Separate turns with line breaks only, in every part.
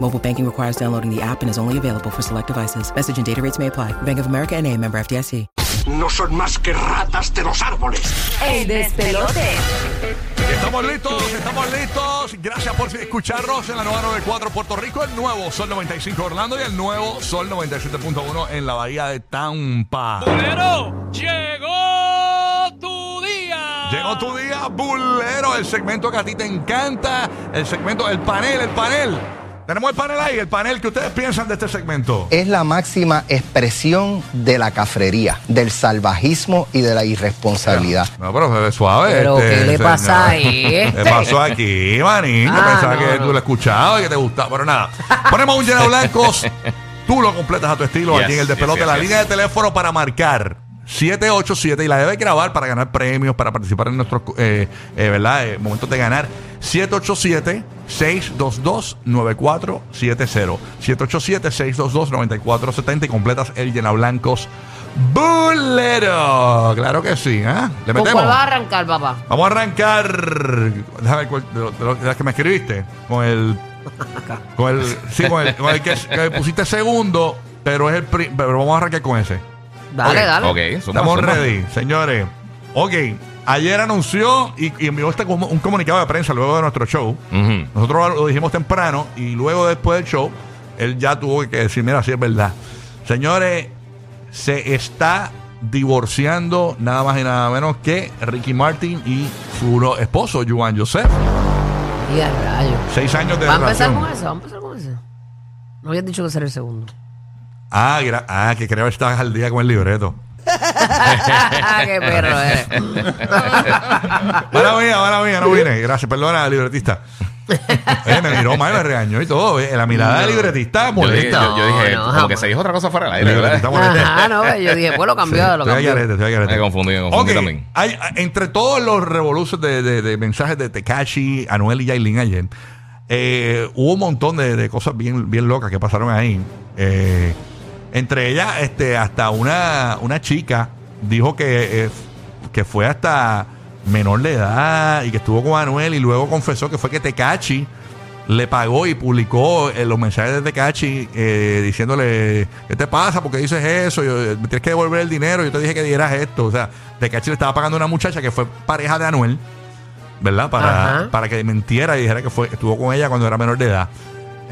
Mobile banking requires downloading the app and is only available for select devices. Message and data rates may apply. Bank of America and a member FDIC.
no son más que ratas de los árboles.
Estamos listos, estamos listos. Gracias por escucharnos en la 994 Puerto Rico, el nuevo Sol 95 Orlando y el nuevo Sol 97.1 en la Bahía de Tampa.
Pero llegó tu día.
Llegó tu día, bulero, el segmento que a ti te encanta, el segmento, el panel, el panel. Tenemos el panel ahí, el panel que ustedes piensan de este segmento.
es la máxima expresión de la cafrería, del salvajismo y de la irresponsabilidad.
No, pero se ve suave.
Pero,
este,
¿qué le
señor.
pasa a este?
¿Qué pasó aquí, manín? Yo
Ah,
pensaba
no,
que
no.
tú lo escuchabas y que te gustaba, pero nada. Ponemos un lleno blancos. Tú lo completas a tu estilo
Yes,
aquí en el despelote.
yes,
la
yes, yes.
línea de teléfono para marcar. 787 y la debes grabar para ganar premios, para participar en nuestros eh, eh, ¿verdad? Eh, momentos de ganar. 787-622-9470. 787-622-9470 y completas el llena blancos bulero. Claro que sí, ¿eh? Le
¿Con
metemos.
cuál vas a arrancar, papá?
Vamos a arrancar. Déjame ver cuál- de, lo- de lo- de las que me escribiste. Con el. Con el. Sí, con el, con el que, que pusiste segundo, pero es el. pri- Pero vamos a arrancar con ese.
Dale,
Ok,
dale.
Ok, suma,
Estamos
suma.
ready, señores. Ok. Ayer anunció y, y envió este como- un comunicado de prensa luego de nuestro show.
Ujú.
Nosotros lo dijimos temprano y luego después del show, él ya tuvo que decir, mira, si es verdad. Señores, se está divorciando nada más y nada menos que Ricky Martin y su no- esposo, Juan Joseph.
Y a rayo.
Seis años de
Vamos a empezar
relación.
con eso, vamos a empezar con eso. No habías dicho que será el segundo.
Ah, gra- ah, que creo que estás al día con el libreto.
Ah, ¡Qué perro eres!
Mala mía, mala mía, no vine. Gracias, perdona, libretista. Oye, me miró mal, me regañó y todo. eh. La mirada del libretista
Yo dije,
molesta.
yo, yo dije
No, no,
como que
jamás.
se dijo otra cosa fuera del aire.
Libretista
¿verdad?
molesta.
Ajá, no, yo dije, pues lo cambió, lo
Estoy al
cambió.
garete, estoy al garete.
Me confundí, me confundí
Ok,
también.
hay- entre todos los revoluciones de, de- de mensajes de Tekashi, Anuel y Yailin ayer, eh, hubo un montón de, de cosas bien, bien locas que pasaron ahí. Eh, entre ellas, este, hasta una, una chica dijo que, eh, que fue hasta menor de edad y que estuvo con Anuel y luego confesó que fue que Tekashi le pagó y publicó eh, los mensajes de Tekachi eh, diciéndole, ¿qué te pasa? ¿Por qué dices eso? Yo, eh, me tienes que devolver el dinero, yo te dije que dieras esto. O sea, Tekachi le estaba pagando a una muchacha que fue pareja de Anuel, ¿verdad? Para,
Ajá.
para que mintiera y dijera que fue, estuvo con ella cuando era menor de edad.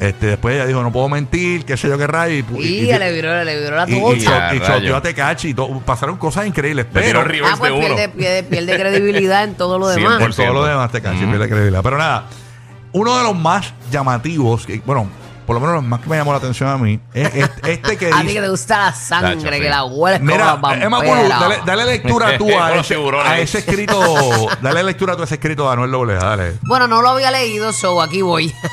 Este, después ella dijo, no puedo mentir, qué sé yo qué rayo. Y, pu- y-
Y
y-
le viró, le viró la
y- y
tocha.
cho- y
Ya,
choteó
rayo.
a Tekachi. Pasaron cosas increíbles,
Le tiró
pero...
reverse
Ah, pues
de uno.
pierde, pierde, pierde credibilidad en todo lo demás.
Por todo lo
100%.
demás te cae, siempre
Mm.
la credibilidad. Pero nada, uno de los más llamativos, que, bueno, por lo menos los más que me llamó la atención a mí, es este, este que
A ti que
dice.
te gusta la sangre,
Tacho,
que
sí.
la hueles como
Mira,
la
Emma
vampera.
Polo, dale, dale lectura tú a,
Con los
ese,
tiburones.
a ese escrito. dale lectura tú a ese escrito de Anuel Doble, dale.
Bueno, no lo había leído, so aquí voy.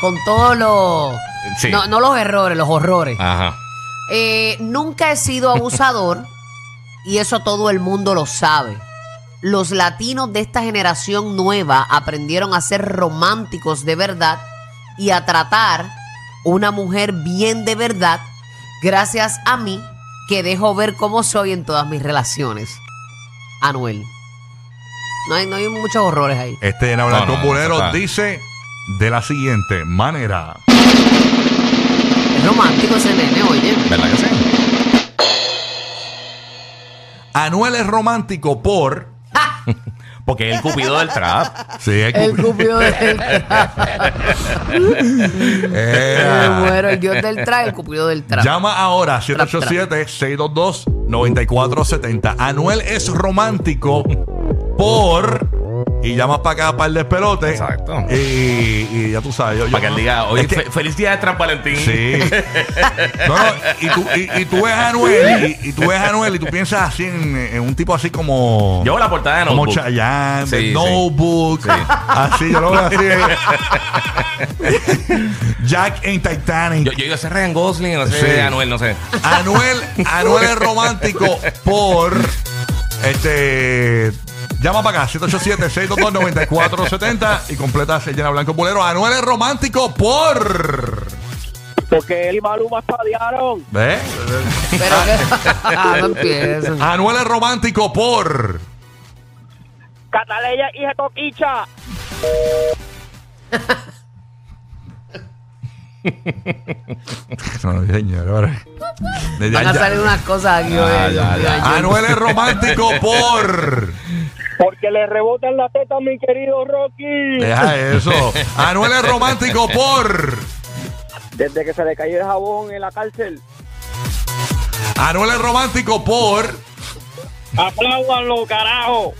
Con todos los...
Sí.
No, no los errores, los horrores.
Ajá.
Eh, nunca he sido abusador y eso todo el mundo lo sabe. Los latinos de esta generación nueva aprendieron a ser románticos de verdad y a tratar una mujer bien de verdad gracias a mí que dejo ver cómo soy en todas mis relaciones. Anuel. No hay, no hay muchos horrores ahí.
Este en hablar
No, no,
con
no,
Bulero
está.
dice de la siguiente manera.
Es romántico ese nene, oye.
¿Verdad que sí?
Anuel es romántico por.
Porque es el cupido del trap.
Sí, es
El
cu-
cupido del...
Eh,
Me muero, el dios del trap, el cupido del trap.
Llama ahora 787-622-9470. Anuel es romántico por y llamas para acá para el despelote.
Exacto.
Y, y ya tú sabes. yo- yo-
Para que él diga, oye,
Es que-
fe- feliz día de San Valentín.
Sí. No, no, y, tú, y, y tú ves a Anuel y, y tú ves a Anuel y tú piensas así en, en un tipo así como.
Yo la portada de
como
Notebook.
Chayanne,
Sí,
de
sí.
Notebook.
Sí.
Así, yo lo veo así. Jack en Titanic.
Yo, yo digo, ese es Ryan Gosling, no sé,
Sí.
Anuel, no sé.
Anuel, Anuel es romántico por este. Llama para acá, 787-622-9470 y completa se llena blanco bolero. Anuel es romántico por.
Porque él y Maluma se odiaron.
¿Ve?
Pero que- Ah, no empieces.
Anuel es romántico por.
Cataleya y Jetoquicha.
No, señor, ahora. Desde
Van a
allá.
salir unas cosas aquí.
Ah,
Ya,
oye, Dios
ya,
mío,
ya.
ay, yo-
Anuel es romántico por.
Porque le rebotan la teta a mi querido Rocky.
Deja eso. Anuel es romántico por.
Desde que se le cayó el jabón en la cárcel.
Anuel es romántico por.
Apláudanlo, carajo.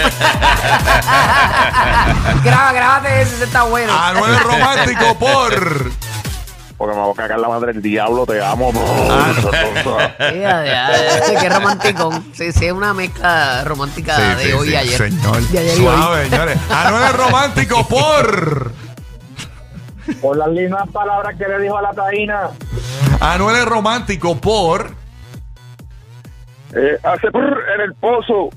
Ah,
Graba, grábate ese, ese está bueno.
Anuel es romántico por.
Porque me voy a cagar la madre del diablo, te amo. bro.
Ya, ya, ya, Qué romántico. Sí, sí, es una mezcla romántica de hoy y ayer.
Señor.
De ayer y
Suave, señores. Anuel es romántico por.
Por las lindas palabras que le dijo a la taína.
Anuel es romántico por.
Eh, hace prr en el pozo.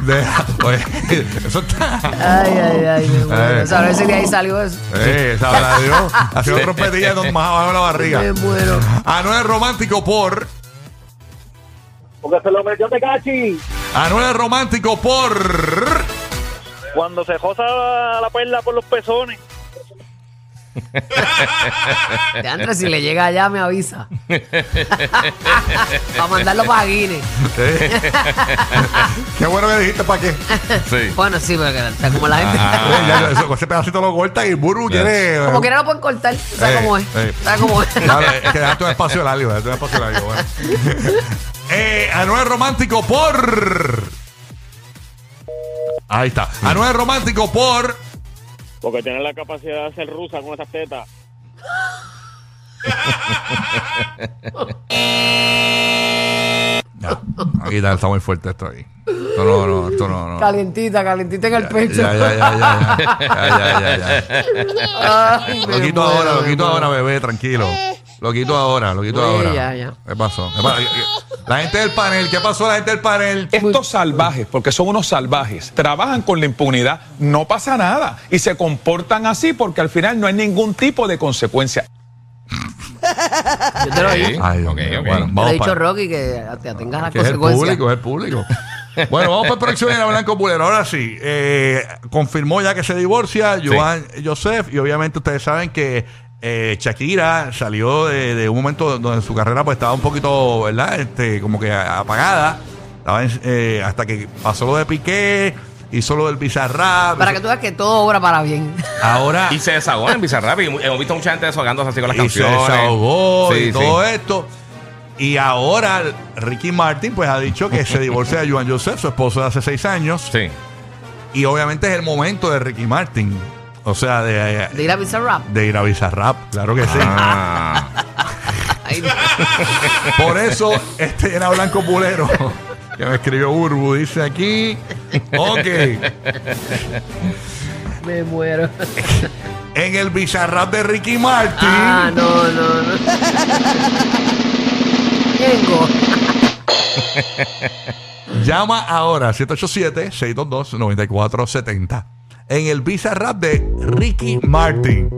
Deja- oye, pues, eso está.
Ay, ay, ay. Dios mío.
Eh.
O sea, a ver si de ahí salió eso.
Eh, sabrá Dios. Haciendo trompetillas donde más abajo de la barriga.
Me muero.
Anuel es romántico por.
Porque se lo metió Tecachi.
Anuel es romántico por.
Cuando se josa la perla por los pezones.
De Andrés, si le llega allá, me avisa. para mandarlo para Guinea.
Qué bueno que dijiste para qué.
Sí.
Bueno, sí, pero que- o sea, como la gente.
Eh, ya, ya, eso, ese pedacito lo corta y Buru quiere.
Como quiera lo pueden cortar. O sea,
Eh,
cómo es.
eh.
O sea, cómo es.
Claro, es que dejaste un espacio largo, dejaste un espacio largo. Bueno. Eh, Anuel Romántico por. Ahí está. Anuel Romántico por.
Porque tiene la capacidad de hacer rusa con esas tetas.
Ya, aquí está, está muy fuerte esto ahí. Esto no, no, esto no. no.
Calientita, calientita en el pecho.
Ya, ya, ya, ya, ya. Ya, ya, ya, ya.
Ay,
Lo
me
quito
muero,
ahora, lo
me
quito
muero.
ahora, bebé, tranquilo. Lo quito ahora, lo quito
Oye,
ahora.
ya, ya.
¿Qué pasó? ¿Qué pasó? La gente del panel, ¿qué pasó la gente del panel?
Estos salvajes, porque son unos salvajes, trabajan con la impunidad, no pasa nada y se comportan así porque al final no hay ningún tipo de consecuencia.
Yo te lo dije.
Ay, Dios
Ok,
mío.
ok.
Te lo he
Bueno, vamos
dicho
para-
Rocky que te atengas a las
Que es el
consecuencias.
público, es el público. Bueno, vamos para el próximo era Blanco Pulero. Ahora sí, eh, confirmó ya que se divorcia Joan Joseph y obviamente ustedes saben que eh, Shakira salió de, de un momento donde su carrera pues estaba un poquito, ¿verdad? Este, como que apagada. Estaba en- eh, hasta que pasó lo de Piqué, hizo lo del Bizarrap.
Para que tú veas que todo obra para bien.
Ahora
Y se desahogó en Bizarrap. Y mu- hemos visto mucha gente desahogándose así con las
y se
canciones.
desahogó
Sí,
y
sí.
todo esto. Y ahora Ricky Martin pues ha dicho que se divorcia de Joan Joseph, su esposo de hace seis años.
Sí.
Y obviamente es el momento de Ricky Martin. O sea, de,
De ir a Bizarrap.
de ir a Bizarrap, claro que sí.
Ah.
Ay,
Por eso, este era Blanco Pulero, que me escribió Urbu, dice aquí. Ok,
me muero.
en el Bizarrap de Ricky Martin.
Ah, no, no, no. Tengo.
Llama ahora 787-622-9470 en el Visa Rap de Ricky Martin.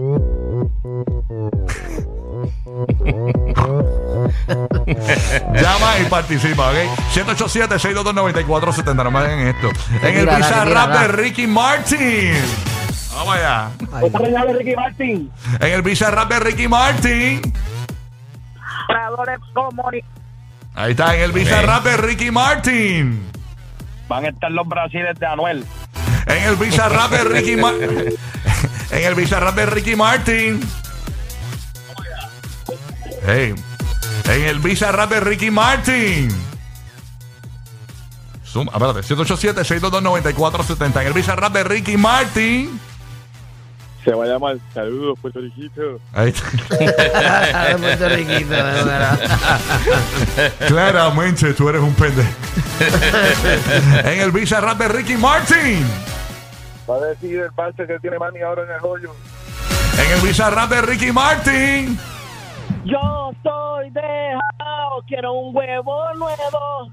Llama y participa, ¿ok? 787-622-9470, no me hagan esto. En el
Mira,
Visa
dale, mira,
Rap de
dale.
Ricky Martin. Vamos allá.
Oh
Otra señal de Ricky Martin.
En el Visa Rap de Ricky Martin.
Operadores comunistas.
Ahí está, en el Visa Rap de Ricky Martin.
Van a estar los brasiles de Anuel.
En el Bizarrap de Ricky Martin. en el Bizarrap de Ricky Martin. Hey. En el Bizarrap de Ricky Martin. Zumba, espérate, 787-622-9470. En el Visa Rap de Ricky Martin.
Se va a llamar Saludos, Puerto Riquito.
Ahí está.
Puerto Riquito, de verdad.
Claramente tú eres un pendejo. en el Visa Rap de Ricky Martin.
Va a decir el parche que tiene Manny ahora en el rollo.
En el Visa Rap de Ricky Martin.
Yo soy dejado, quiero un huevo nuevo.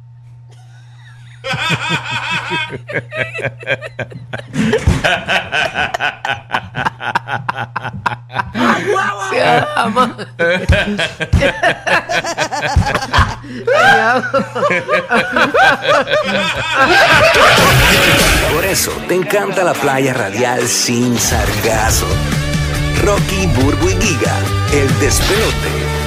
Se ama.
Por eso te encanta la playa radial sin sargazo. Rocky, Burbu y Giga, el despelote.